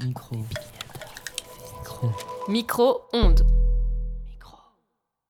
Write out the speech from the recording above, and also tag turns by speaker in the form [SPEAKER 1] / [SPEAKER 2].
[SPEAKER 1] Micro. Micro.
[SPEAKER 2] Micro-ondes.